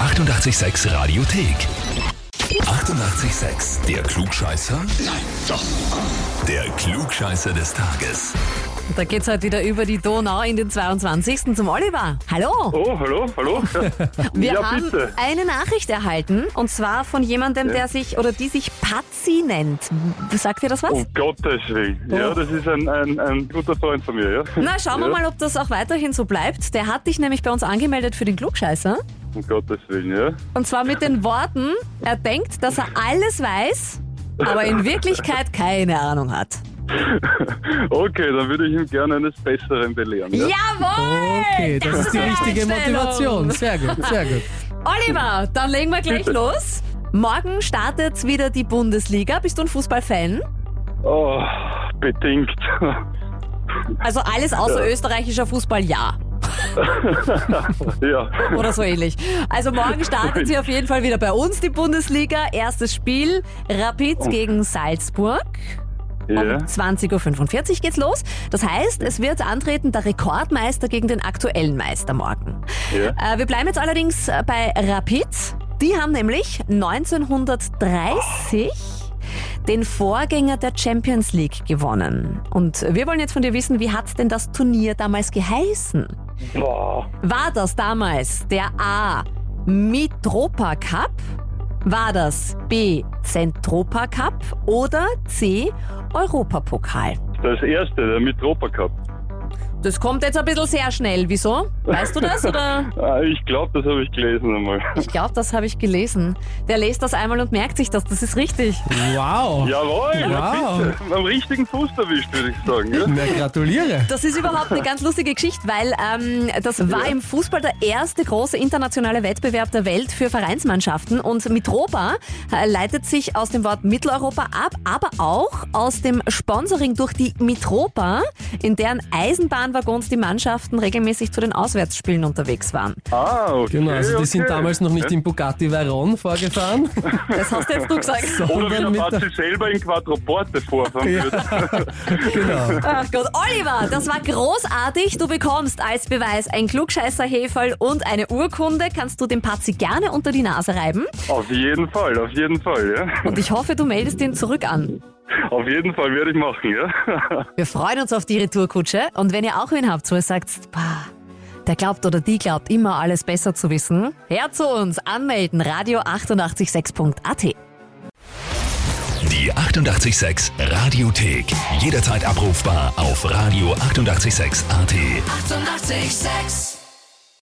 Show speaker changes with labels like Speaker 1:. Speaker 1: 886 Radiothek. 88,6. Der Klugscheißer? Nein, doch. Der Klugscheißer des Tages.
Speaker 2: Da geht's heute wieder über die Donau in den 22. zum Oliver. Hallo!
Speaker 3: Oh, hallo, hallo.
Speaker 2: Wir
Speaker 3: ja,
Speaker 2: haben
Speaker 3: bitte.
Speaker 2: eine Nachricht erhalten und zwar von jemandem, der sich oder die sich Patzi nennt. Sagt dir das was?
Speaker 3: Um Gottes Willen. Ja,
Speaker 4: Oh.
Speaker 3: das ist ein, ein, ein guter Freund von mir, ja.
Speaker 2: Na, schauen wir
Speaker 3: ja,
Speaker 2: mal, ob das auch weiterhin so bleibt. Der hat dich nämlich bei uns angemeldet für den Klugscheißer.
Speaker 3: Um Gottes Willen, ja.
Speaker 2: Und zwar mit den Worten, er denkt, dass er alles weiß, aber in Wirklichkeit keine Ahnung hat.
Speaker 3: Okay, dann würde ich ihm gerne eines Besseren belehren. Ja.
Speaker 2: Jawohl!
Speaker 4: Okay, das, ist die
Speaker 2: eine
Speaker 4: richtige
Speaker 2: Einstellung.
Speaker 4: Motivation. Sehr gut, sehr gut.
Speaker 2: Oliver, dann legen wir gleich los. Morgen startet wieder die Bundesliga. Bist du ein Fußballfan?
Speaker 3: Oh, bedingt.
Speaker 2: Also alles außer österreichischer Fußball, ja.
Speaker 3: ja.
Speaker 2: Oder so ähnlich. Also morgen startet sie auf jeden Fall wieder bei uns, die Bundesliga. Erstes Spiel, Rapid gegen Salzburg.
Speaker 3: ja.
Speaker 2: Um 20.45 Uhr geht's los. Das heißt, es wird antreten der Rekordmeister gegen den aktuellen Meister morgen.
Speaker 3: Ja.
Speaker 2: Äh, wir bleiben jetzt allerdings äh, bei Rapid. Die haben nämlich 1930 den Vorgänger der Champions League gewonnen. Und wir wollen jetzt von dir wissen, wie hat denn das Turnier damals geheißen?
Speaker 3: Boah.
Speaker 2: War das damals der A. Mitropa Cup? War das B. Zentropa Cup? Oder C. Europapokal?
Speaker 3: Das erste, der Mitropa Cup.
Speaker 2: Das kommt jetzt ein bisschen sehr schnell. Wieso? Weißt du das? Oder?
Speaker 3: Ah, ich glaube, das habe ich gelesen einmal.
Speaker 2: Ich glaube, das habe ich gelesen. Der lest das einmal und merkt sich das. Das ist richtig.
Speaker 4: Wow.
Speaker 3: Jawohl,
Speaker 4: Wow.
Speaker 3: ja, bitte. Am richtigen Fuß erwischt, würde ich sagen. Ja.
Speaker 4: Na, gratuliere.
Speaker 2: Das ist überhaupt eine ganz lustige Geschichte, weil ähm, das war im Fußball der erste große internationale Wettbewerb der Welt für Vereinsmannschaften. Und Mitropa äh, leitet sich aus dem Wort Mitteleuropa ab, aber auch aus dem Sponsoring durch die Mitropa, in deren Eisenbahnwaggons die Mannschaften regelmäßig zu den Auswärtsspielen unterwegs waren.
Speaker 3: Ah, okay.
Speaker 4: Genau, also die
Speaker 3: okay.
Speaker 4: sind damals noch nicht
Speaker 3: Ja.
Speaker 4: im Bugatti Veyron vorgefahren,
Speaker 2: Das hast jetzt du gesagt.
Speaker 3: Oder
Speaker 4: sondern
Speaker 3: wie
Speaker 4: mit
Speaker 3: der
Speaker 4: der...
Speaker 3: Bazzi selber in Quattroporte vorfahren würde.
Speaker 4: Genau.
Speaker 2: Ach Gott, Oliver, das war großartig. Du bekommst als Beweis ein Klugscheißer-Heferl und eine Urkunde. Kannst du dem Patzi gerne unter die Nase reiben.
Speaker 3: Auf jeden Fall, auf jeden Fall, ja.
Speaker 2: Und ich hoffe, du meldest ihn zurück an.
Speaker 3: Auf jeden Fall werde ich machen, ja.
Speaker 2: Wir freuen uns auf die Retourkutsche. Und wenn ihr auch wen habt, wo ihr sagt, "Bah, der glaubt oder die glaubt immer alles besser zu wissen, her zu uns, anmelden, radio886.at.
Speaker 1: Die 88,6 Radiothek. Jederzeit abrufbar auf radio886.at. 88,6.
Speaker 5: Eighty-eight, sex.